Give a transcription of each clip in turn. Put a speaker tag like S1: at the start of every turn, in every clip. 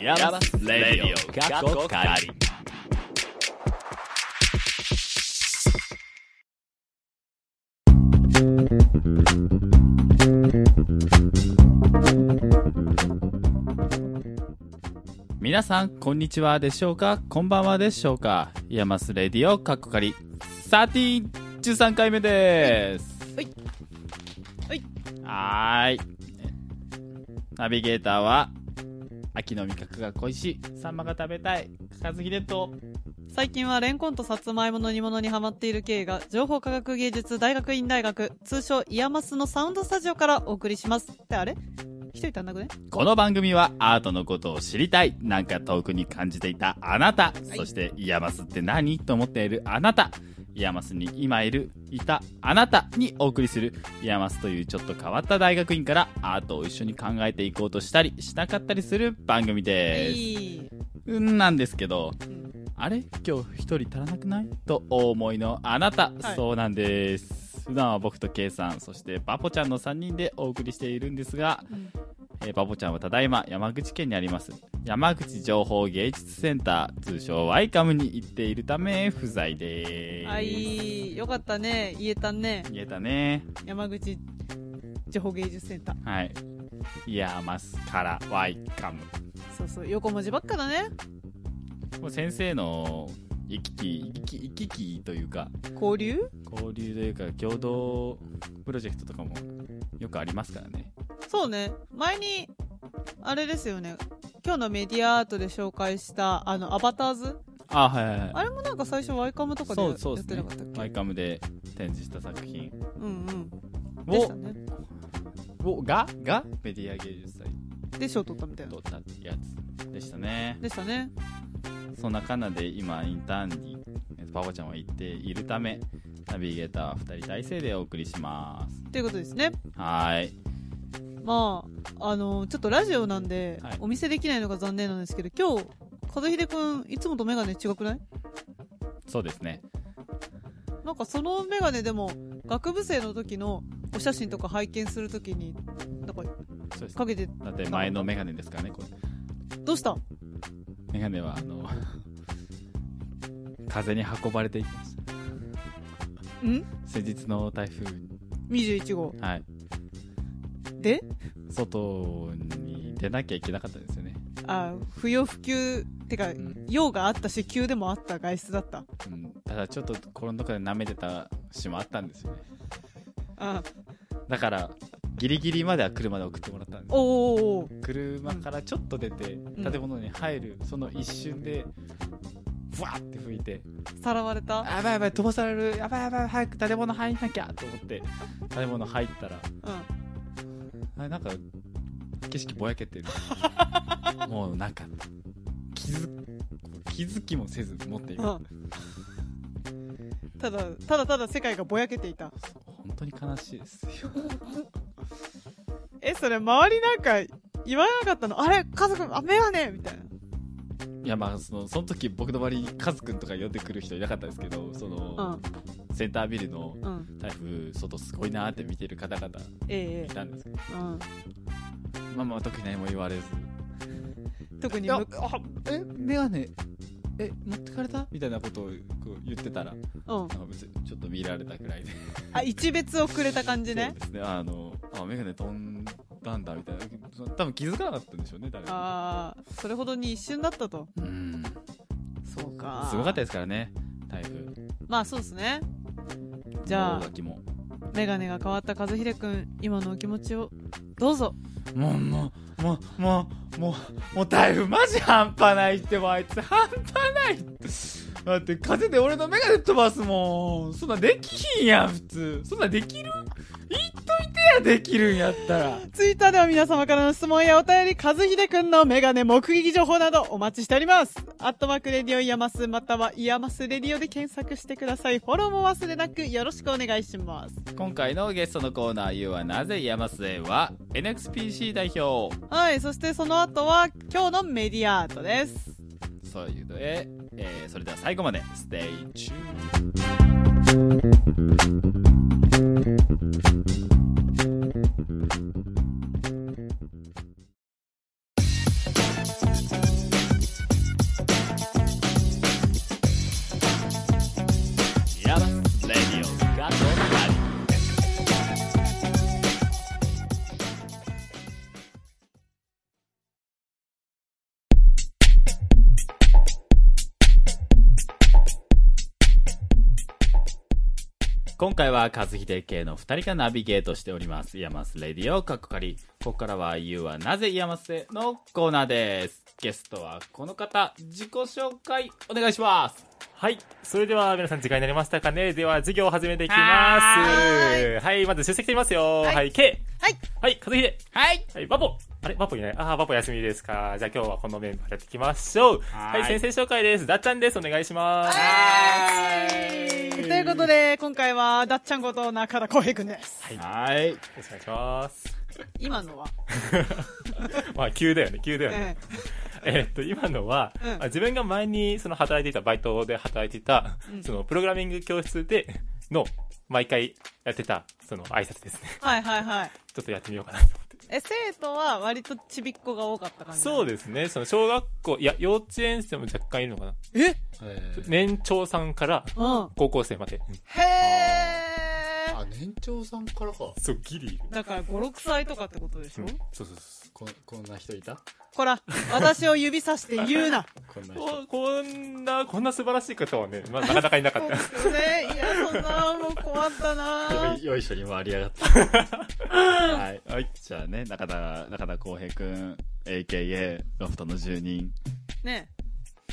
S1: ヤマスレディオ過去仮皆さんこんにちはでしょうかこんばんはでしょうかヤマスレディオ過去仮サーティーン13回目です
S2: はいはい
S1: はーいナビゲーターは秋の味覚が恋しいサンマが食べたい和秀と
S2: 最近はレンコンとさつまいもの煮物にハマっている経営が情報科学芸術大学院大学通称イヤマスのサウンドスタジオからお送りしますってあれ一人足んなくね
S1: この番組はアートのことを知りたいなんか遠くに感じていたあなた、
S2: はい
S1: そしてイヤマスって何と思っているあなたイヤマスに今いるいたあなたにお送りするイヤマスというちょっと変わった大学院からアートを一緒に考えていこうとしたりしなかったりする番組です、
S2: いい、
S1: うんなんですけど
S2: うん
S1: あれ今日一人足らなくないとお思いのあなた、
S2: はい
S1: そうなんです普段は僕と K さんそしてバポちゃんの3人でお送りしているんですが、
S2: うん
S1: えーバボちゃんはただいま山口県にあります山口情報芸術センター通称ワイカムに行っているため不在です
S2: あいいよかったね言えたね
S1: 言えたね
S2: 山口情報芸術センター
S1: はいいやーますからワイカム
S2: そうそう横文字ばっかだね
S1: もう先生の行き来行き来行き来というか
S2: 交流
S1: 交流というか共同プロジェクトとかもよくありますからね
S2: そうね前にあれですよね今日のメディアアートで紹介したあのアバターズ
S1: あはいはいはい
S2: あれもなんか最初ワイカムとかでや
S1: そ
S2: っ
S1: うそうです
S2: て
S1: ね
S2: なかったっけ
S1: ワイカムで展示した作品
S2: うんうんでした
S1: を、
S2: ね
S1: をががメディア芸術祭
S2: で賞取ったみたいな
S1: とったやつでしたね
S2: でしたね
S1: そんなかなで今インターンにえっとパパちゃんは行っているためナビゲーターは2人体制でお送りします
S2: ということですね
S1: はーい
S2: まああのちょっとラジオなんで、
S1: はい
S2: お見せできないのが残念なんですけど今日和秀くんいつもとメガネ違くない
S1: そうですね
S2: なんかそのメガネでも学部生の時のお写真とか拝見するときになんか
S1: そうです
S2: かけて
S1: だって前のメガネですからねこれ
S2: どうした
S1: メガネはあの 風に運ばれていきまし
S2: ん
S1: た先日の台風
S2: 21号
S1: はい
S2: で
S1: 外に出なきゃいけなかったですよね、
S2: あ不要不急てか
S1: うん
S2: 用があったし急でもあった外出だった
S1: うん、ただちょっと心の中で舐めてた節もあったんですよね
S2: あ
S1: だからギリギリまでは車で送ってもらったんですよ
S2: おーおーおー
S1: 車からちょっと出て
S2: ん
S1: 建物に入るその一瞬でふわーって吹いて
S2: さらわれた
S1: あやばいやばい飛ばされるやばいやばい早く建物入んなきゃと思って建物入ったら
S2: うん
S1: あなんか景色ぼやけて るもうなんか気づ気づきもせず持っていく
S2: あ
S1: 本
S2: ただただただ世界がぼやけていた
S1: 当に悲しいですよ
S2: えそれ周りなんか言わなかったのあれ家族あメガネみたいない
S1: やまあそのその時僕の周りにカズくんとか呼んでくる人いなかったですけどその、センタービルの
S2: うんうん
S1: 台風外すごいなーって見てる方々
S2: え
S1: いたんですけど
S2: えうん
S1: まあまあ特に何も言われず
S2: 特
S1: い
S2: に
S1: や
S2: む
S1: あえメガネえ持ってかれたみたいなことをこう言ってたら
S2: うん
S1: なんか別にちょっと見られたくらいで
S2: あ一別をくれた感じ
S1: そ
S2: ね
S1: うですねあのあメガネ飛んだんだみたいなそ多分気づかなかったんでしょうね誰も
S2: ああそれほどに一瞬だったと
S1: うん
S2: そうか
S1: すごかったですからね台風
S2: まあそうですねじゃあ
S1: 大垣も
S2: メガネが変わった和秀くん今のお気持ちをどうぞ
S1: もうもうもうもうもうもう台風マジ半端ないってもうあいつ半端ないってだって風で俺のメガネ飛ばすもんそんなできひんやん普通そんなできる言っといてやできるんやったら
S2: ツイッターでは皆様からの質問やお便り、和秀くんのメガネ目撃情報などお待ちしております。アットマークレディオイヤマスまたはイヤマスレディオで検索してください。フォローも忘れなくよろしくお願いします。
S1: 今回のゲストのコーナー「YOU はなぜ山末」は NXPC 代表
S2: はい、そしてその後は今日のメディアアートです。
S1: そういうので、えーそれでは最後までステイチューン
S3: 今回は和秀系の2人がナビゲートしております。イヤマスレディオカッコカリ。ここからは You はなぜイヤマスへのコーナーです。ゲストはこの方、自己紹介お願いします。
S4: はい。それでは皆さん時間になりましたかね。では授業を始めていきます。はい。まず出席してみますよ。はい。K。
S2: はい。
S4: はい。和秀。
S1: はい。
S4: はい。バポ。あれバポいない。ああ、バポ休みですか。じゃあ今日はこのメンバーでやっていきましょう。
S3: は
S4: はいい。先生紹介です。だっちゃんです。お願いします。
S2: ということで、今回は、だっちゃんこと中田浩平くんです。
S3: はい。
S4: よろしくお願いします。
S2: 今のは、
S4: まあ、急だよね。急だよね。
S2: え
S4: えっと、今のは、
S2: うん
S4: あ自分が前にその働いていた、バイトで働いていた、そのプログラミング教室での、毎回やってた、その挨拶ですね。
S2: えはいはいはい。
S4: ちょっとやってみようかなと思って。
S2: え、生徒は割とちびっ子が多かった感じ
S4: そう
S2: で
S4: ですね。その小学校、いや、幼稚園生も若干いるのかな。
S2: す。え
S4: 年長さんから
S2: うん。
S4: 高校生まで。
S2: へえ。
S1: あ、年長さんからか。
S4: そう、ギリいる。
S2: だから5、6歳とかってことでし
S4: う
S2: ょ
S4: ん、そうそうそ
S1: こ、こんな人いた
S2: ほら、私を指さして言うな。
S1: こんな
S4: う。ここんな、こんな素晴らしい方はね、まあ、なかなかいなか
S2: そう
S4: っ
S2: で
S4: た。
S2: すよね。いや、そんな、もう困ったな
S1: よいしょに回りやが った。はい。
S3: はい。じゃあね、中田、中田浩平くん、AKA、ロフトの住人。
S2: ねえ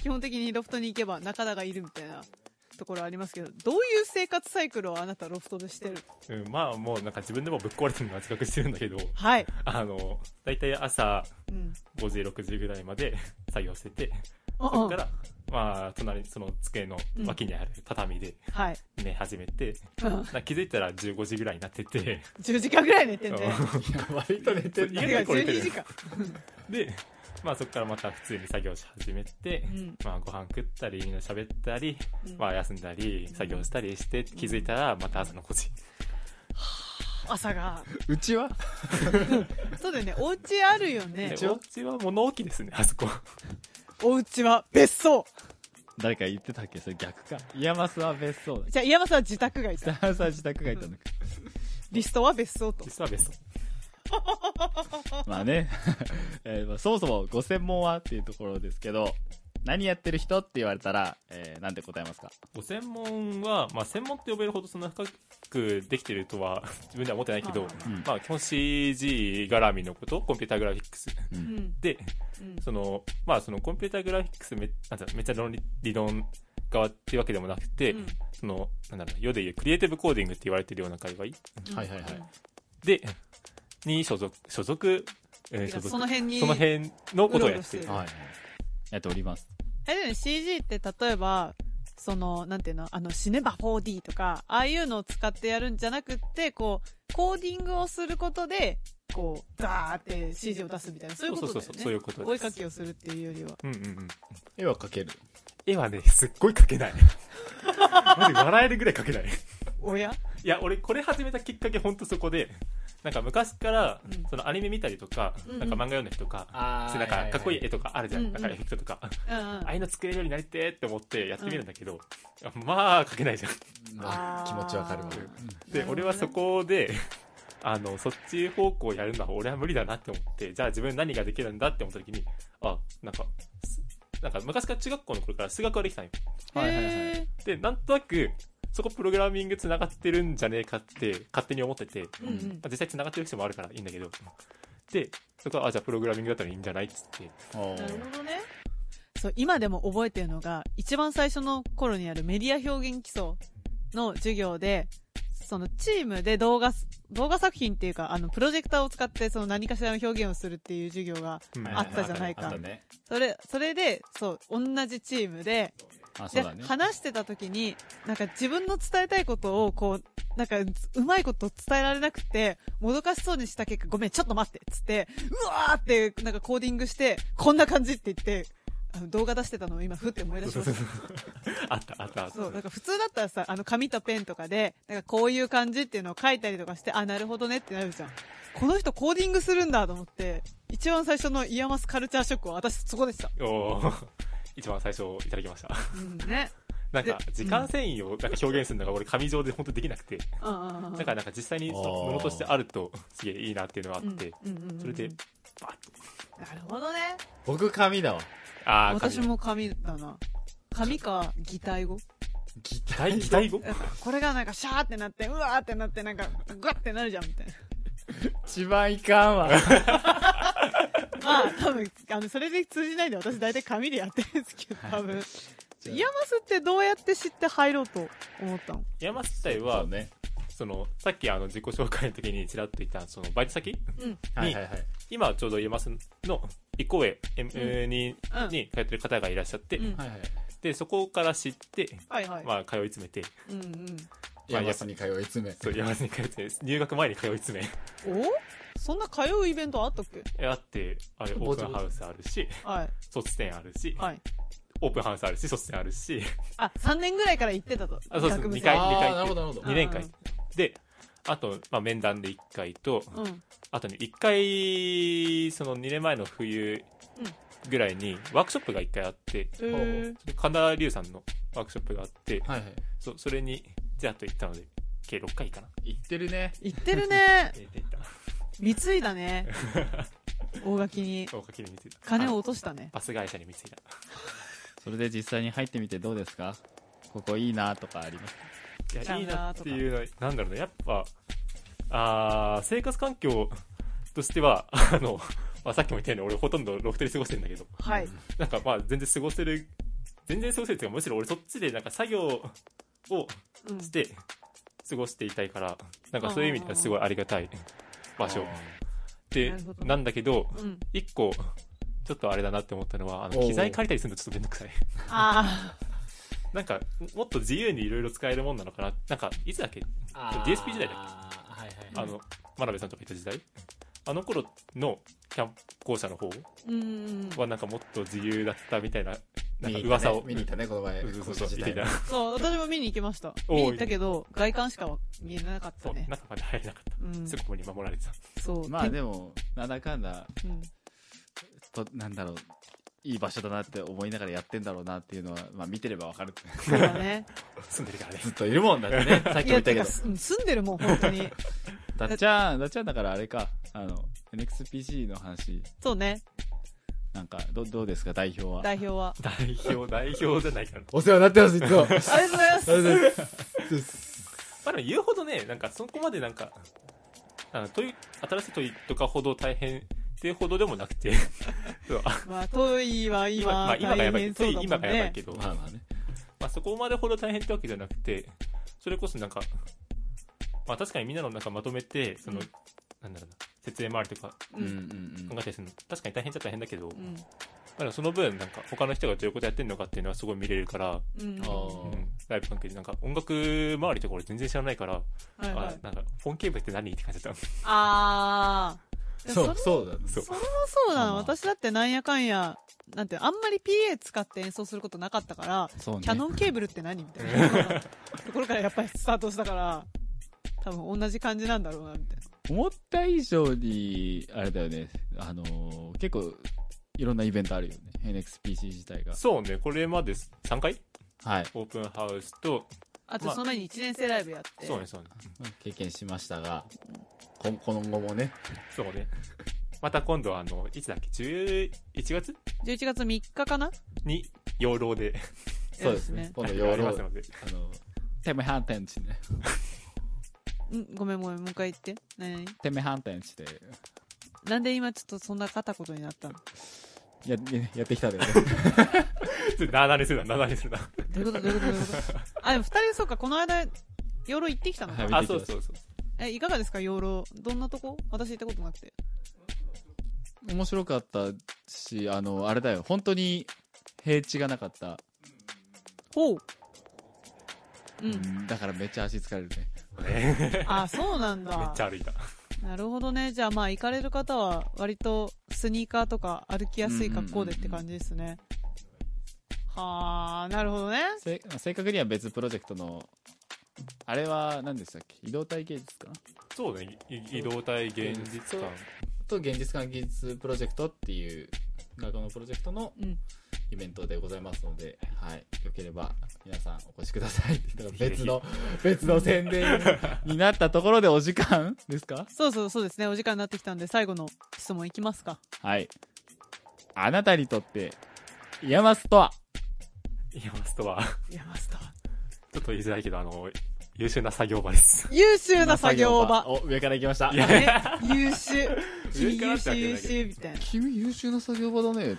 S2: 基本的にロフトに行けば仲田がいるみたいなところありますけど、どういう生活サイクルをあなたロフトでしてる
S4: うん、まあ、もうなんか自分でもぶっ壊れてるのは自覚してるんだけど、
S2: はい。
S4: あの、だいたい朝
S2: うん。
S4: 5時、6時ぐらいまで作業してて、
S2: うん
S4: そこから、まあ、隣、その机の
S2: うん
S4: 脇にある畳で
S2: はい。
S4: 寝始めて、
S2: うん
S4: なんか気づいたら15時ぐらいになってて、
S2: 10時間ぐらい寝てんね。
S1: い や、割と寝て ん
S4: い
S1: な
S4: や。
S2: てか
S4: これ
S2: 12時間。
S4: で、まあそこからまた普通に作業し始めて、
S2: うん
S4: まあご飯食ったり、みんな喋ったり、
S2: うん
S4: まあ休んだり、作業したりして、気づいたらまた朝の5時。
S2: 朝が。
S1: うちは
S2: そうだよね。お家あるよね
S4: で。お家は物置ですね、あそこ。
S2: お家は別荘。
S3: 誰か言ってたっけそれ逆か。 イヤマスは別荘だ。
S2: じゃあ、岩間さんは自宅がい
S3: 北
S2: た。
S3: 原さん自宅がい たのか。
S2: リストは別荘と。
S4: 実はベスト。
S3: まあね、 えーまあそもそもご専門はっていうところですけど、何やってる人って言われたら、えーなんて答えますか
S4: ご専門は、まあ専門って呼べるほどそんな深くできてるとは自分では思ってないけど、
S3: うん
S4: まあ基本 CG 絡みのこと、コンピューターグラフィックス。
S2: うん。
S4: で、
S2: うん
S4: その、まあそのコンピューターグラフィックスめなんだめっちゃ論理理論側っていうわけでもなくて、
S2: うん
S4: その、なんだろうな、世で言うクリエイティブコーディングって言われてるような界隈
S1: はいはいはい。
S4: で、に所属、所属、えー
S2: いや
S4: 所属
S2: その辺に
S4: その辺のことをやって
S2: うろうろして
S4: る
S2: る。
S3: はい。やっております。
S2: あれだよね、CG って例えば、その、なんていうの、あの、死ねば 4D とか、ああいうのを使ってやるんじゃなくって、こう、コーディングをすることで、こう、ガーって CG を出すみたいな、そういうことだよね。
S4: そうそうそうそういうことです
S2: 追いかけをするっていうよりは。
S4: うんうんうん。
S1: 絵は描ける。
S4: 絵はね、すっごい描けない。マジ笑えるぐらい描けない。
S2: おや
S4: いや、俺これ始めたきっかけほんとそこで、なんか昔から
S2: うん、
S4: そのアニメ見たりとか、
S2: うんうん
S4: なんか漫画読んだりとか、
S1: あ
S4: そうなんかかっこいい絵とかあるじゃ。
S2: うんうんん
S4: なんかエフェクトとか。あ
S2: うんうん。
S4: あいうの作れるようになりてーって思ってやってみるんだけど、まあ描けないじゃん。
S1: まあ、気持ちわかるわ。
S4: で、俺はそこで、 あの、そっち方向やるのは俺は無理だなって思って、じゃあ自分何ができるんだって思った時に、あ、なんか、すなんか昔から中学校の頃から数学ができたんよ。
S1: はいはいはい
S2: へ
S4: で、なんとなく、そこプログラミング繋がってるんじゃねえかって勝手に思ってて、
S2: ーうんうん
S4: まあ、実際繋がってる人もあるからいいんだけど、で、そこは、あ、じゃあプログラミングだったらいいんじゃないっつって、
S1: お
S2: なる
S1: ー
S2: ほどね。そう、今でも覚えてるのが、一番最初の頃にあるメディア表現基礎の授業で、そのチームで動画す、動画作品っていうか、あの、プロジェクターを使ってその何かしらの表現をするっていう授業が、
S4: うん
S2: あったじゃないか
S1: あったね。
S2: それ、それで、そう、同じチームで、
S3: あ、そ
S2: で、
S3: うだね。
S2: 話してた時に、なんか自分の伝えたいことを、こう、なんか、うまいこと伝えられなくて、もどかしそうにした結果、ごめん、ちょっと待って、つって、うわーって、なんかコーディングして、こんな感じって言って、あの動画出してたのを今、ふって思い出しまし
S4: あ
S2: た。
S4: った、あった、あった。
S2: そう、なんか普通だったらさ、あの紙とペンとかで、なんかこういう感じっていうのを書いたりとかして、あ、なるほどねってなるじゃん。この人コーディングするんだと思って、一番最初のイヤマスカルチャーショックは私そこでした。
S4: おー一番最初いただきました。
S2: うん、ね。
S4: なんか、
S2: で
S4: 時間遷移をなんか表現するのが俺紙上で本当できなくて、
S2: うんうんうん。
S4: だからなんか実際にその
S1: あー
S4: ものとしてあると すげえいいなっていうのがあ
S2: うん、
S4: って、
S2: うんうんうん
S4: それで、
S2: なるほどね。
S1: 僕紙だわ。
S4: ああ、
S2: 私も紙だな。紙か、擬態語。
S1: 擬
S4: 擬態 擬態語
S2: これがなんかシャーってなって、うわーってなって、なんか、グワってなるじゃん、みたいな。
S1: 一番いかんわ。
S2: まあ、多分、あの、それで通じないんで、私大体紙でやってるんですけど、多分。イヤマスってどうやって知って入ろうと思ったの
S4: 山自体
S3: そ
S4: は
S3: うね。
S4: そのさっきあの自己紹介の時にちらっと言ったそのバイト先
S3: はいはいはい。
S4: 今ちょうど山の一個上 M に,、
S2: うん
S4: に通ってる方がいらっしゃって、
S2: うん
S3: はいはい。
S4: でそこから知って、
S2: はいはい。
S4: まあ、通い詰めて
S2: うんうん。
S4: まあ
S1: 山に通い詰め。
S4: そう山に通って入学前に通い詰め
S2: おそんな通うイベントあったっけ
S4: えあってあれオ
S1: ぼちぼ
S4: ー
S1: ち
S4: プンハウスあるし
S2: はい。
S4: 卒展あるし、
S2: はい。
S4: オープンハウスあるし卒展あるし
S2: あ、3年ぐらいから行ってたと。
S4: あそうそう
S2: 学部生
S4: 二回
S1: あ
S4: 二回
S1: ーなるほどなるほど
S4: 2年間
S2: うん
S4: であと、まあ、面談で1回と、
S2: うん。
S4: あとね1回その2年前の冬ぐらいにワークショップが1回あって、
S2: えー、
S4: 神田龍さんのワークショップがあって、
S1: はいはい。
S4: そそれにじゃっと行ったので計6回かな
S1: 行ってるね。
S2: 行って るね。
S4: えーで行った
S2: 貢いだね。大垣に。
S4: おかげで見ついた
S2: 金
S4: あ
S2: を落としたね。
S4: バス会社に見ついた
S3: それで実際に入ってみてどうですかここいいなとかあります
S4: い
S2: ち
S4: や
S2: ゃう
S4: いい
S2: な
S4: な
S2: ー
S4: っ
S2: とか
S4: ていうのはなんだろうねやっぱあー生活環境としてはあの、まあ、さっきも言ったように俺ほとんどロフトで過ごしてるんだけど
S2: はい。
S4: なんかまあ全然過ごせる全然過ごせるっていうかむしろ俺そっちでなんか作業を
S2: うん
S4: して過ごしていたいからなんかそういう意味ではすごいありがたい場所で
S2: なるほど
S4: なんだけど
S2: うん。
S4: 一個ちょっとあれだなって思ったのは
S1: お
S4: あ
S1: うお
S4: の
S1: う
S4: 機材借りたりするのちょっとめんどくさい
S2: あ
S4: なんかもっと自由にいろいろ使えるもんなのかななんかいつだっけ
S1: あー
S4: DSP 時代だっけ
S1: はいはい
S4: あの真鍋さんとかいた時代あの頃のキャンプ校舎の方
S2: あ。うん。
S4: はなんかもっと自由だったみたいななん
S1: 見
S4: か
S1: に行ったね
S4: 噂を
S1: 見に行ったね、この前。
S4: そうそうそ
S1: 今
S4: う見
S1: 年
S4: て
S1: 時
S4: た
S1: 代
S2: そう、私も見に行きました。
S4: おー
S2: 見に行ったけど、外観しか見えなかった
S4: そう
S2: ね。
S4: 中まで入れなかっ
S2: う
S4: た
S2: ん
S4: す。ぐここに守られてた
S2: そう。
S3: まあ
S2: て
S3: でも、なんだかんだ、
S2: うん
S3: と、なんだろう、いい場所だなって思いながらやってんだろうなっていうのは、まあ見てればわかる。
S2: そうだね。
S4: 住んでるからね
S1: ずっといるもんだってね。さっき
S2: い
S1: も言
S2: や、
S1: ったけ
S2: て
S1: ど
S2: か、。すうん住んでるもん、本当に。
S3: だっちゃん、だっちゃんだからあれか、あの、NXPC の話、
S2: そうね、
S3: なんか、どどうですか、代表は。
S2: 代表は。
S4: 代表代表じゃないから
S1: お世話になってます、いつも。
S2: ありがとうございます。
S4: まあでも言うほどね、なんかそこまでなんか、あの問い新しい問いとかほど大変っていうほどでもなくて、そうあ
S2: まあ、遠いは 今、
S4: 今、まあ今がや
S2: 大
S4: ばい、
S2: 変
S4: つ
S2: そう
S4: い
S2: だも
S4: 今
S2: ん
S4: がやばい
S2: ね。
S4: けど、
S3: まあまあね。
S4: まあそこまでほど大変ってわけじゃなくて、それこそなんか、まあ確かにみんなのなんかまとめて、その、
S2: うん
S4: なんだろうな、設営周りとか
S3: うんうんう
S4: 考
S3: ん。
S4: えたりするの、確かに大変っちゃ大変だけど、
S2: うん
S4: まあその分なんか他の人がどういうことやってるのかっていうのはすごい見れるから、
S2: うん。
S1: あ
S4: うんライブ関係でなんか音楽周りとか俺全然知らないから、
S2: はいは
S4: あ
S2: い、
S4: なんか、フォンケーブルって何って感じだった。
S2: あー。
S1: そ
S2: れ
S1: う、そうだね。
S4: そう
S2: それもそうな
S3: まあ
S2: の。
S3: まあ
S2: 私だってなんやかんや、なんて、あんまり PA 使って演奏することなかったから、
S3: そうね。
S2: キャノンケーブルって何みた いなところからやっぱりスタートしたから、多分同じ感じなんだろうな、みたい
S3: 思った以上に、あれだよね、あのー結構、いろんなイベントあるよね。NXPC 自体が。
S4: そうね、これまで3回
S3: はい。
S4: オープンハウスと、
S2: な。あと
S4: まあ
S2: その前に1年生ライブやって。
S4: そうね、そうね。
S3: 経験しましたが、
S1: こ今後もね。
S4: そうね。また今度は、あの、いつだっけ、11月
S2: 11月3日かな
S4: に、養老で、
S3: そうですね。今度、
S4: や
S3: 養
S4: り
S3: 老、
S4: ま
S3: あ
S4: すので。
S3: の、テメハンテンチね。
S2: うん、ごめんごめん、もう一回言って。なになに
S3: テメハンテンチで、
S2: なんで今ちょっとそんな片言になったのど
S3: や、やってきたんだよね。
S4: なあなあにするな、なあなあにするな。
S2: ういうことどういうことどういうことあ、でも二人そうか、この間、養老行ってきたのか、
S3: はい
S4: あ、そうそうそう。
S2: え、いかがですか、養老。どんなとこ私行ったことなくて。
S3: 面白かったし、あの、あれだよ、本当に平地がなかった。
S2: ほう。うん。
S3: だからめっちゃ足疲れるね。
S2: あ、そうなん
S4: めっ
S2: だ
S4: ち。ゃ歩いた。
S2: なるほどね。じゃあまあ、行かれる方は、割とスニーカーとか歩きやすい格好でって感じですね。はあ、なるほどね。
S3: せ正確には別プロジェクトの、あれは何でしたっけ移動体芸術かな
S4: そうね、い移動体現実感。
S3: と、現実感技術プロジェクトっていう、学校のプロジェクトの
S2: うん。
S3: イベントでございますので、はい。よければ、皆さんお越しください って言ったら
S4: ぜ
S3: 別
S4: ひ
S3: の、別の宣伝になったところでお時間ですか
S2: そうそうそうですね。お時間になってきたんで、最後の質問いきますか。
S3: はい。あなたにとって、イヤマスとは
S4: イヤマスとは、
S2: いや、マスター。
S4: ちょっと言いづらいけど、あの、優秀な作業場です。
S2: 優秀な作業場。
S3: お、上から行きました。
S2: ね、優秀。君
S4: 上から
S2: 優
S4: ってわけじゃないけ
S2: 秀、優
S4: ど
S2: 秀みたいな。
S1: 君優秀な作業場だね。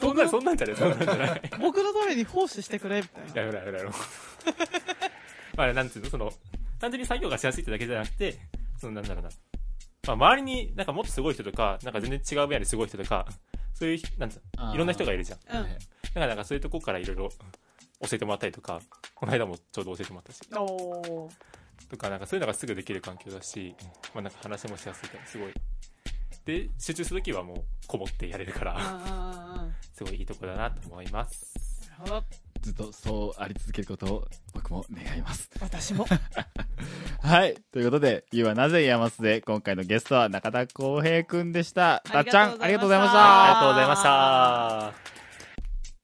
S4: そんなん、そんなんじゃないそんなんじゃない。
S2: 僕のために奉仕してくれみたいな。
S4: やめろやめろやめろ。 まあ、なんていうの、その、単純に作業がしやすいってだけじゃなくて、その、なんだろうな。まあ、周りになんかもっとすごい人とか、なんか全然違う分野ですごい人とか、そういう、なんつう
S3: あ
S4: の、
S3: ー
S4: いろんな人がいるじゃん。だ
S2: うん
S4: から、なんかそういうとこからいろいろ教えてもらったりとか、この間もちょうど教えてもらったし、
S2: おー
S4: とか、なんかそういうのがすぐできる環境だし、まあ、なんか話もしやすいから、すごい。で、集中するときはもう、こもってやれるか
S2: うん
S4: ら、
S2: うんうんうん。な
S4: すごいいいとこだなと思います。
S2: るほど。
S1: ずっとそうあり続けることを僕も願います。
S2: 私も。
S1: はい。ということで、ゆうはなぜ山須で、今回のゲストは中田浩平くんでした。た
S2: あ
S1: っ
S2: り
S1: ちゃ
S2: が
S1: ん
S2: とうございました、
S1: ありがとうございまし
S4: あ
S1: た
S4: り。がとうございました。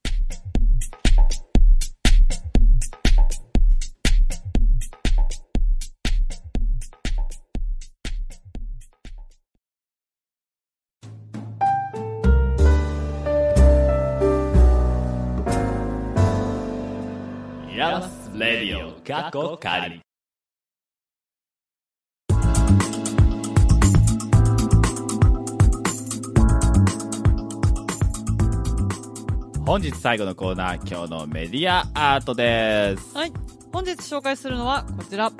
S3: ヤマスレディオ過去仮
S1: 本日最後のコーナー、今日のメディアアートです。
S2: はい。本日紹介するのはこちら。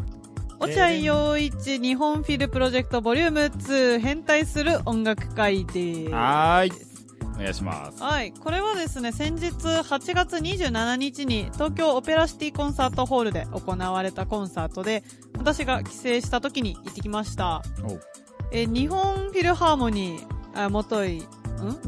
S2: 落合陽一日本フィルプロジェクトボリューム2変態する音楽会です。
S1: はーい。お願いします。
S2: はい。これはですね、先日8月27日に東京オペラシティコンサートホールで行われたコンサートで、私が帰省した時に行ってきました。
S1: お
S2: えー日本フィルハーモニー、あもとい、ん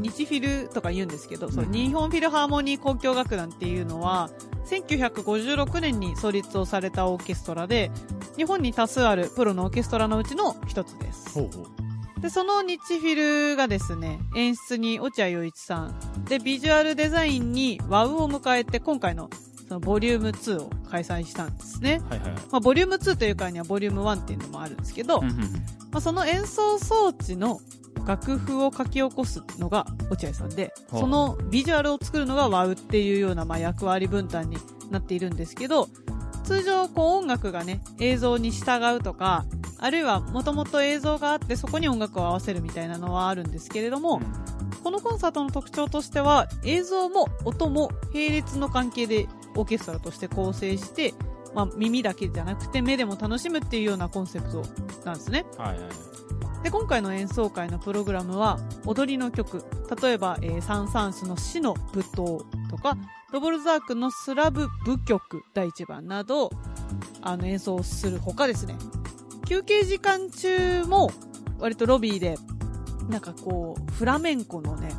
S2: 日フィルとか言うんですけど、そう
S1: うん
S2: 日本フィルハーモニー交響楽団っていうのは、1956年に創立をされたオーケストラで、日本に多数あるプロのオーケストラのうちの一つです。
S1: うほう。
S2: で、その日フィルがですね、演出に落合陽一さん、で、ビジュアルデザインにワウを迎えて、今回のそのボリューム2を開催したんですね。
S1: はいはいはい。
S2: まあ、ボリューム2というかにはボリューム1っていうのもあるんですけど、まあ、その演奏装置の楽譜を書き起こすのが落合さんで、
S1: はあ
S2: そのビジュアルを作るのがワウっていうような、まあ、役割分担になっているんですけど、通常こう音楽がね、映像に従うとか、あるいはもともと映像があってそこに音楽を合わせるみたいなのはあるんですけれども、このコンサートの特徴としては映像も音も並列の関係でオーケストラとして構成して、まあ、耳だけじゃなくて目でも楽しむっていうようなコンセプトなんですね。
S1: はいはい。
S2: で今回の演奏会のプログラムは踊りの曲例えば、えーサン・サンスの「死の舞踏」とかドボルザークの「スラブ舞曲」第1番などあの演奏をするほかですね休憩時間中も割とロビーでなんかこうフラメンコのね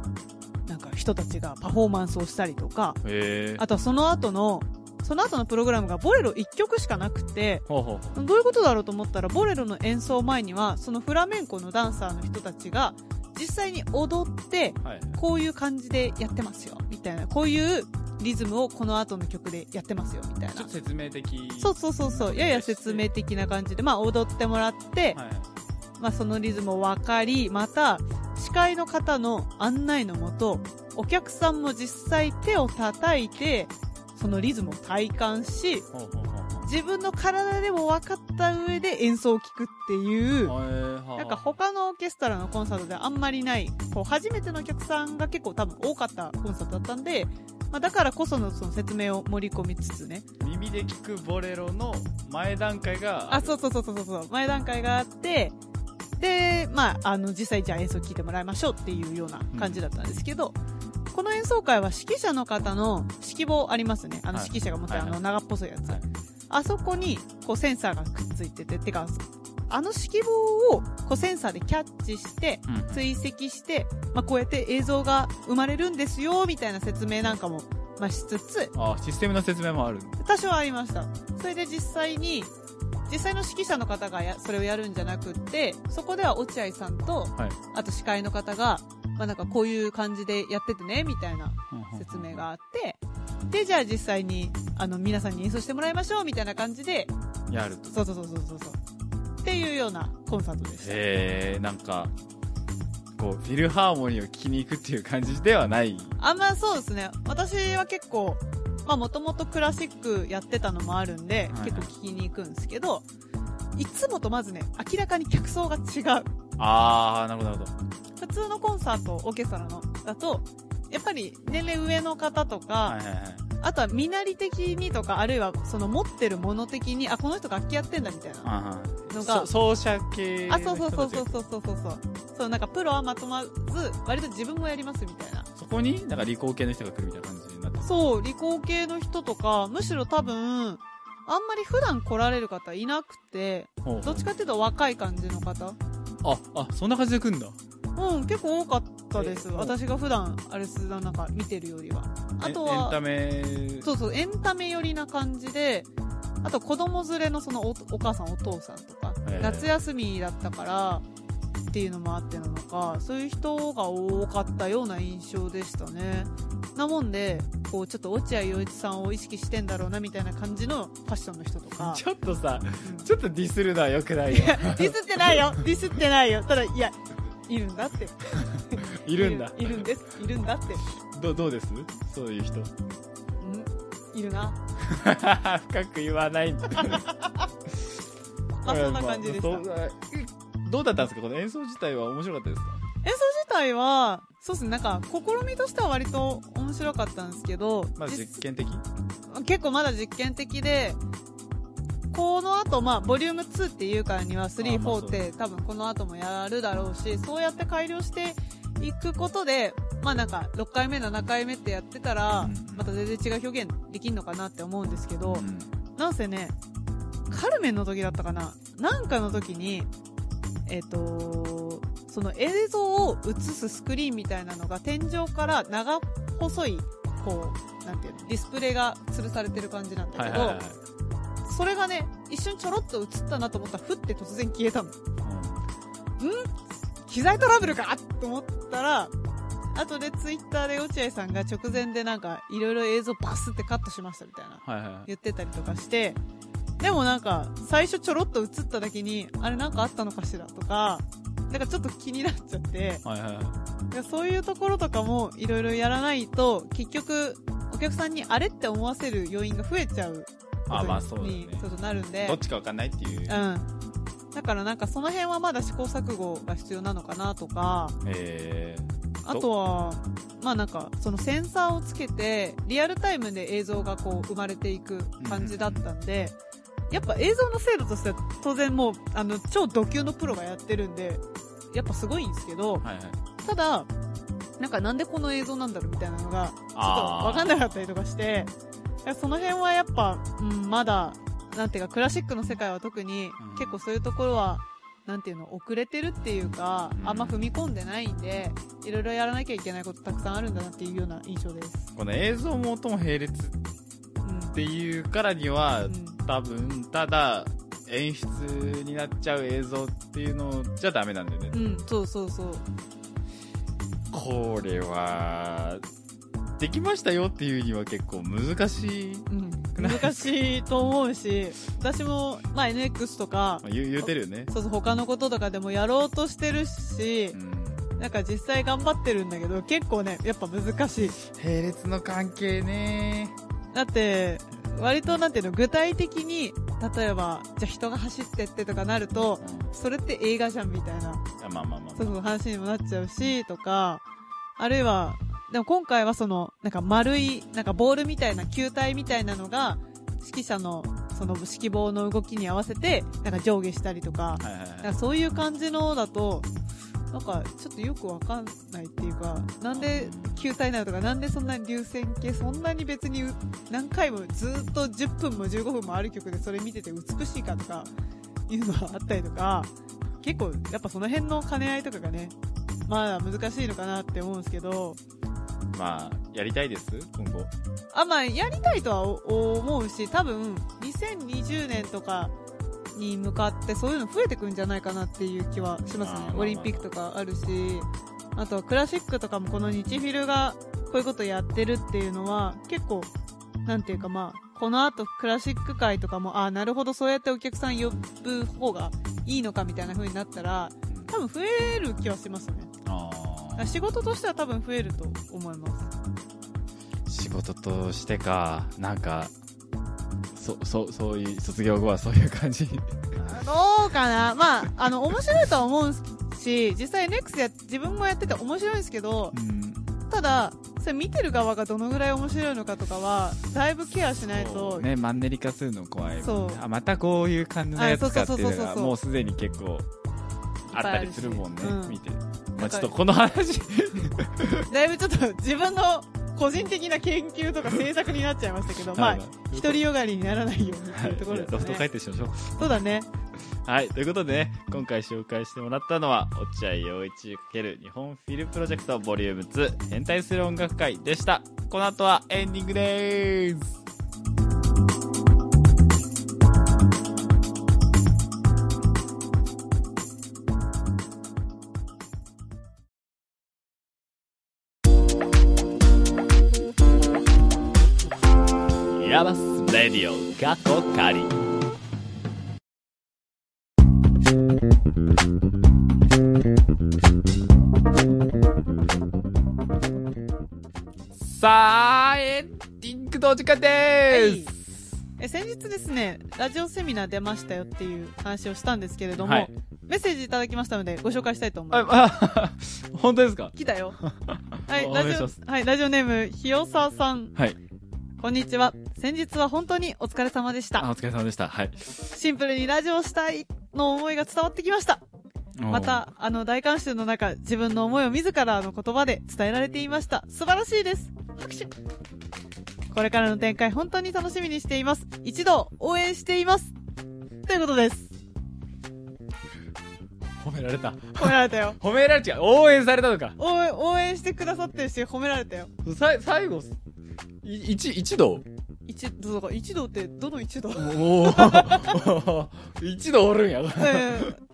S2: なんか人たちがパフォーマンスをしたりとか
S1: へえ。
S2: あとはその後のその後のプログラムがボレロ1曲しかなくて
S1: ほうほうほ
S2: どういうことだろうと思ったらボレロの演奏前にはそのフラメンコのダンサーの人たちが実際に踊って
S1: う。はい。
S2: こういう感じでやってますよみたいなこういうリズムをこの後の曲でやってますよみたい
S1: ちょっ
S2: な
S1: と説明的。
S2: そうそうそうそうやや説明的な感じで、まあ、踊ってもらって、
S1: はい。
S2: まあ、そのリズムを分かりまた司会の方の案内のもとお客さんも実際手を叩いてそのリズムを体感し
S1: ほうほうほ
S2: 自分の体でも分かった上で演奏を聴くっていう
S1: うほう。へえ
S2: なんか他のオーケストラのコンサートであんまりないこう初めてのお客さんが結構多分多かったコンサートだったんで、まあ、だからこそのその説明を盛り込みつつね
S1: 耳で聞くボレロの前段階が
S2: あそうそうそうそうそうそう前段階があってで、まあ、あの実際じゃあ演奏聴いてもらいましょうっていうような感じだったんですけど、この演奏会は指揮者の方の指揮棒ありますねあの
S1: はい
S2: 指揮者が持ってるあ
S1: はいは
S2: の
S1: い
S2: 長っぽそいやつ、
S1: はい
S2: あそこにこうセンサーがくっついてててかあの指揮棒をこうセンサーでキャッチして
S1: うん
S2: 追跡して、まあ、こうやって映像が生まれるんですよみたいな説明なんかも、まあ、しつつ
S1: あシステムの説明もある
S2: 多少ありましたそれで実際に実際の指揮者の方がやそれをやるんじゃなくってそこでは落合さんと、
S1: い
S2: あと司会の方が、まあ、なんかこういう感じでやっててねみたいな説明があってでじゃあ実際にあの皆さんに演奏してもらいましょうみたいな感じで
S1: やると
S2: そうそうそうそうそうそうっていうようなコンサートでした
S1: えー、なんかこうフィルハーモニーを聴きに行くっていう感じではない
S2: あんまそうですね。私は結構、まあもともとクラシックやってたのもあるんで、
S1: はいはい
S2: 結構聞きに行くんですけど、いつもとまずね、明らかに客層が違う。
S1: あー、なるほど、なるほど。
S2: 普通のコンサート、オーケストラの、だと、やっぱり年齢上の方とか、
S1: はいはいはい。
S2: あとは身なり的にとか、あるいはその持ってるもの的に、あ、この人楽器やってんだみたいな
S1: あ
S2: のが
S1: そ、奏者系の
S2: あ、
S1: 人
S2: そ
S1: た
S2: う
S1: ち
S2: そうそうそううそうそうそうそう。そう、なんかプロはまとまず、割と自分もやりますみたいな。
S1: そこになんか理工系の人が来るみたいな感じになって
S2: そう、理工系の人とか、むしろ多分、あんまり普段来られる方いなくて、
S1: ほう
S2: どっちかっていうと若い感じの方。
S1: ああそんな感じで来るんだ
S2: うん、結構多かったです。
S1: えうん
S2: 私が普段、あれす、なんか見てるよりは。あと
S1: エンエンタ
S2: は、
S1: メ
S2: そうそう、エンタメ寄りな感じで、あと子供連れのそのおお母さんお父さんとか、
S1: ええ
S2: 夏休みだったからっていうのもあってなのか、そういう人が多かったような印象でしたね。なもんで、こうちょっと落合陽一さんを意識してんだろうなみたいな感じのファッションの人とか。
S1: ちょっとさ
S2: うん
S1: ちょっとディスるのはよくないよ
S2: いやディスってないよディスってないよただ、いや、いるんだって。
S1: いるんだ
S2: いるんです。いるんだって。
S1: どどうですそういう人
S2: うんいるな。
S1: 深く言わないんだ
S2: まあそんな感じでした。
S1: まあそうどうだったんですかこの演奏自体は面白かったですか
S2: 演奏自体は、そうですね、なんか、試みとしては割と面白かったんですけど、
S1: まあ
S2: 実
S1: 実験的
S2: 結構まだ実験的で、この後、まあ、ボリューム2っていうからには、
S1: あ
S2: 3、
S1: まあそう
S2: 4って多分この後もやるだろうし、そうやって改良していくことで、まあなんか、6回目、7回目ってやってたら
S1: う、ん
S2: また全然違う表現できんのかなって思うんですけど、
S1: うん
S2: なんせね、カルメンの時だったかななんかの時に、えっ、と、その映像を映すスクリーンみたいなのが天井から長細い、こう、なんていうの、ディスプレイが吊るされてる感じなんだ
S1: は
S2: け
S1: い
S2: ど、
S1: はいはい
S2: それがね、一瞬ちょろっと映ったなと思ったら、ふって突然消えたの。機材トラブルかと思ったら、後でツイッターで落合さんが直前でなんか、いろいろ映像バスってカットしましたみたいな。
S1: はいはいはい
S2: 言ってたりとかして、でもなんか、最初ちょろっと映っただけに、あれなんかあったのかしらとか、なんかちょっと気になっちゃって、
S1: はいはいはい
S2: でそういうところとかもいろいろやらないと、結局、お客さんにあれって思わせる要因が増えちゃう
S1: あまあ
S2: こ
S1: そ
S2: と
S1: うだね
S2: に、ちょっとなるんで
S1: どっ、ちかわかんないっていう
S2: うん。だからなんかその辺はまだ試行錯誤が必要なのかなとか、
S1: え
S2: あとは、まあなんか、そのセンサーをつけて、リアルタイムで映像がこう生まれていく感じだったんで、やっぱ映像の精度としては当然もう、あの、超ド級のプロがやってるんで、やっぱすごいんですけど
S1: ー、はいはい
S2: ただ、なんかなんでこの映像なんだろうみたいなのが、ちょっと
S1: あー
S2: わかんなかったりとかして、その辺はやっぱ、うん、まだ、なんていうか、クラシックの世界は特に
S1: うん、
S2: 結構そういうところは、なんていうの、遅れてるっていうか
S1: う、ん
S2: あんま踏み込んでないんで、いろいろやらなきゃいけないことたくさんあるんだなっていうような印象です。
S1: この映像も音も並列っていうからには、
S2: うん。うん
S1: 多分ただ演出になっちゃう映像っていうのじゃダメなんだよね、
S2: うん、そうそうそう。
S1: これはできましたよっていうには結構難しい、
S2: うん。難しいと思うし、私も、まあ NX とか
S1: ま、あ、言う言うてるよね、
S2: そうそう、他のこととかでもやろうとしてるし
S1: う、ん、
S2: なんか実際頑張ってるんだけど、結構ね、やっぱ難しい。
S1: 並列の関係ね
S2: だって、割となんていうの、具体的に、例えば、じゃあ人が走ってってとかなると、それって映画じゃんみたいな、
S1: あまあまあまあ、
S2: そうそう話にもなっちゃうし、とか、あるいは、でも今回はその、なんか丸い、なんかボールみたいな球体みたいなのが、指揮者の、その指揮棒の動きに合わせて、なんか上下したりとか、
S1: はいはい
S2: な
S1: は
S2: ん
S1: い
S2: かそういう感じのだと、なんかちょっとよくわかんないっていうか、なんで球体なのとか、なんでそんなに流線形、そんなに別にう何回もずっと10分も15分もある曲でそれ見てて美しいかとかいうのがあったりとか、結構やっぱその辺の兼ね合いとかがね、まあ難しいのかなって思うんですけど、
S1: まあやりたいです今後
S2: あ、まあ、やりたいとはお思うし、多分、2020年とかに向かってそういうの増えてくんじゃないかなっていう気はします
S1: あーまあまあ
S2: ね。
S1: まあ
S2: オリンピックとかあるし、あとはクラシックとかもこの日フィルがこういうことやってるっていうのは、結構、なんていうかまあ、この後クラシック界とかも、ああ、なるほど、そうやってお客さん呼ぶ方がいいのかみたいな風になったら、多分増える気はしますね。
S1: あ
S2: 仕事としては多分増えると思います。
S1: 仕事としてか、なんか、そ、そ、そういう、卒業後はそういう感じ。
S2: どうかなまあ、あの、面白いとは思うし、実際 NEX や、自分もやってて面白いんですけど、
S3: うん。
S2: ただ、それ見てる側がどのぐらい面白いのかとかは、だいぶケアしないと、
S3: ね、マンネリ化するの怖いもんね
S2: そう
S3: あ、またこういう感じのやつかってい
S2: あそうそう
S3: う
S2: そうそう
S3: のが、
S2: そう
S3: もうすでに結構、あったりするもんね
S2: いっぱいあるしう、ん
S3: 見て。まあちょっとこの話、
S2: だいぶちょっと自分の個人的な研究とか制作になっちゃいました けど、まあ、独りよがりにならないようにって
S3: はい
S2: いうところ
S3: いやロ
S2: で
S3: フ
S2: す
S3: ト帰っ
S2: ね。
S3: てしましょう。
S2: そうだね。
S1: はい、ということでね、今回紹介してもらったのは、落合陽一×日本フィルプロジェクトボリューム2変態する音楽会でした。この後はエンディングでーす。ヤバスレディオ過去仮さあ、エンディングのお時間です、
S2: え先日ですね、ラジオセミナー出ましたよっていう話をしたんですけれども、
S1: はい
S2: メッセージいただきましたのでご紹介したいと思います。
S3: あ、あ本当ですか
S2: 来た よ。は
S3: お
S2: い、
S3: 願
S2: ラ
S3: いし
S2: ジ
S3: ます
S2: オ、はい、ラジオネーム、ひよささん。
S3: はい。
S2: こんにちは。先日は本当にお疲れ様でした。
S3: あ、お疲れ様でした。はい。
S2: シンプルにラジオしたいの思いが伝わってきました。また、あの、大観衆の中、自分の思いを自らの言葉で伝えられていました。素晴らしいです。拍手。これからの展開、本当に楽しみにしています。一度、応援しています。ということです。
S3: おー、褒められた。
S2: 褒められたよ。
S3: 褒められちゃう。応援されたのか。
S2: 応援、応援してくださってるし、褒められたよ。
S3: さい最後、い一、一度
S2: 一度、だから一度って、どの一度
S3: おー 一度おるんや。
S2: うん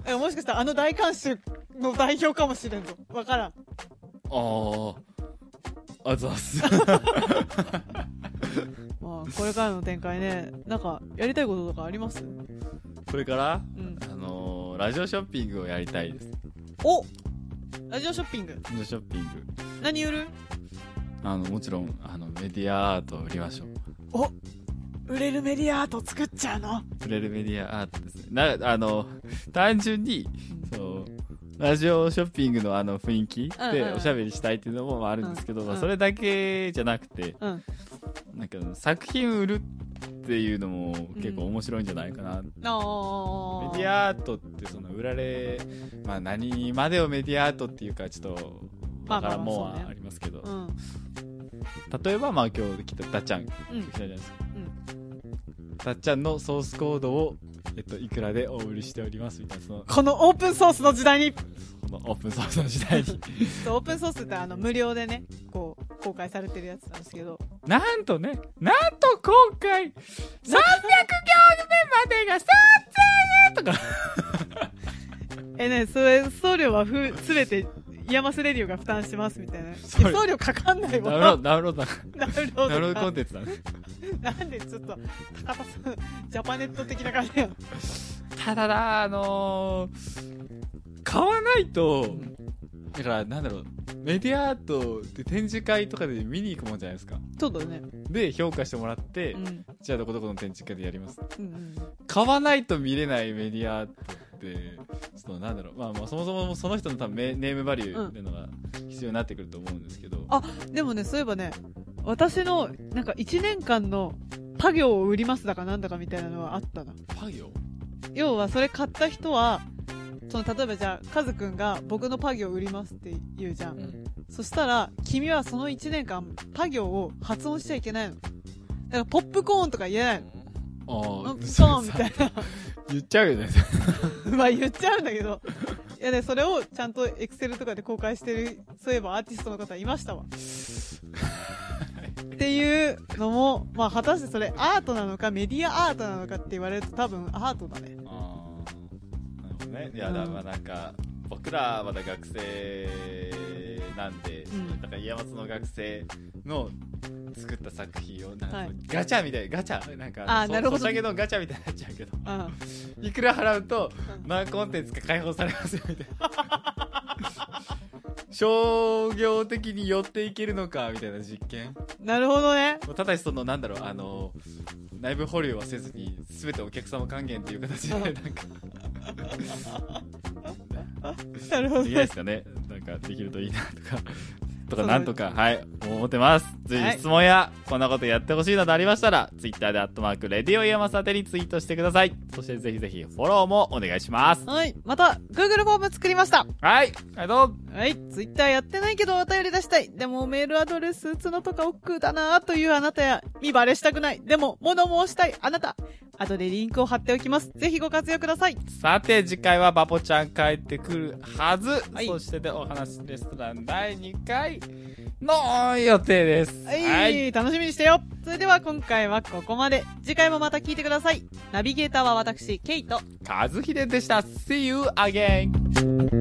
S2: えもしかしたらあの大観衆の代表かもしれんぞ。わからん。
S3: ああ、あざっす。
S2: まあ、これからの展開ね、なんか、やりたいこととかありますう
S3: これから、
S2: ん。
S3: あのー、ラジオショッピングをやりたいです。
S2: おラジオショッピング。
S3: ラジオショッピング。
S2: 何売る
S3: あの、もちろん、あの、メディアアートを売りましょう。
S2: 売れるメディアアート作っちゃうの。
S3: プレルメディアアートですね。な、あの、単純に、そう、ラジオショッピングのあの雰囲気
S2: うんうん
S3: で
S2: うん
S3: おしゃべりしたいっていうのもあるんですけど、
S2: うん
S3: まあ
S2: うん
S3: それだけじゃなくて、
S2: うん。
S3: なんか作品売るっていうのも結構面白いんじゃないかな。メ
S2: ああ。
S3: ディアアートってその売られ、まあ何までをメディアアートっていうかちょっと、
S2: まあま
S3: だか
S2: あ
S3: らもう
S2: そうね
S3: はありますけど、
S2: うん。
S3: 例えばまあ今日来たダちゃん
S2: うん
S3: 来たじゃないですか。たっちゃんのソースコードを、えっと、いくらでお売りしておりますみたいな、その、
S2: このオープンソースの時代に、
S3: このオープンソースの時代 に。
S2: そうオープンソースってあの、無料でね、こう、公開されてるやつなんですけど、
S3: なんとね、なんと今回、300行目までが3000円とか、
S2: えねそれ送料はふすべてイヤマスレディオが負担しますみたいな
S3: それ
S2: 送料かかんないもん
S3: ダウンロード、ダウンロードだ、
S2: なるほ
S3: ダ
S2: ど
S3: ウンロードコンテンツだね。
S2: なんでちょっと高田さんジャパネット的な感じや
S3: ただな、あのー買わないと、だからなんだろう、メディアアートって展示会とかで見に行くもんじゃないですか。
S2: そうだね
S3: で、評価してもらって、
S2: うんうん
S3: じゃあどこどこの展示会でやります。
S2: うん
S3: 買わないと見れないメディアって、そのなんだろう、まあまあそもそもその人の多分メネームバリューっていうのが必要になってくると思うんですけど、
S2: あでもねそういえばね私のなんか1年間の家業を売りますだかなんだかみたいなのはあったな
S3: パ行
S2: 要はそれ買った人はその例えばじゃあカズくんが僕のパ行を売りますって言うじゃん、
S3: ん
S2: そしたら君はその1年間パ行を発音しちゃいけないのだからポップコーンとか言えないの
S3: あ
S2: なん
S3: あ、
S2: かそうみたい
S3: 言っちゃうよね。
S2: な。 まあ言っちゃうんだけど。いやね、それをちゃんとエクセルとかで公開してる、そういえばアーティストの方いましたわ。っていうのも、まあ果たしてそれアートなのかメディアアートなのかって言われると多分アートだね。
S1: なる
S3: あ
S1: ほどね。いや、だからまあなんか、僕らまだ学生なんで、
S2: うん
S1: だから家松の学生の作った作品を、なんか
S2: はい
S1: ガチャみたい、ガチャ、なんか、
S2: あー
S1: そ
S2: なるほど
S1: ソシャゲのガチャみたいになっちゃうけど、
S2: うん。
S1: いくら払うと
S2: う、ん
S1: 何コンテンツか解放されますよ、みたいな。
S3: 商業的に寄っていけるのか、みたいな実験。
S2: なるほどね。
S3: ただし、その、なんだろう、あの、内部保留はせずに、すべてお客様還元っていう形で、なんか、
S2: なるほど
S3: できな
S2: ね
S3: いです。か ね。なんか、できるといいな、とか。とか、なんとか、はい、思ってます。随時質問や、こんなことやってほしいなどありましたら、ツイッターで、アットマーク、レディオイヤマサテにツイートしてください。そして、ぜひぜひ、フォローもお願いします。
S2: はい。また、Google フォーム作りました。
S3: はい、ありがとう
S2: はい。Twitter やってないけどお便り出したい。でもメールアドレス打つのとか億劫だなというあなたや、見バレしたくない。でも物申したいあなた。後でリンクを貼っておきます。ぜひご活用ください。
S3: さて次回はバポちゃん帰ってくるはず、
S2: い
S3: そしてでお話レストラン第2回の予定です
S2: はい、楽しみにしてよそれでは今回はここまで。次回もまた聞いてください。ナビゲーターは私、ケイト。
S3: 和秀でした See you again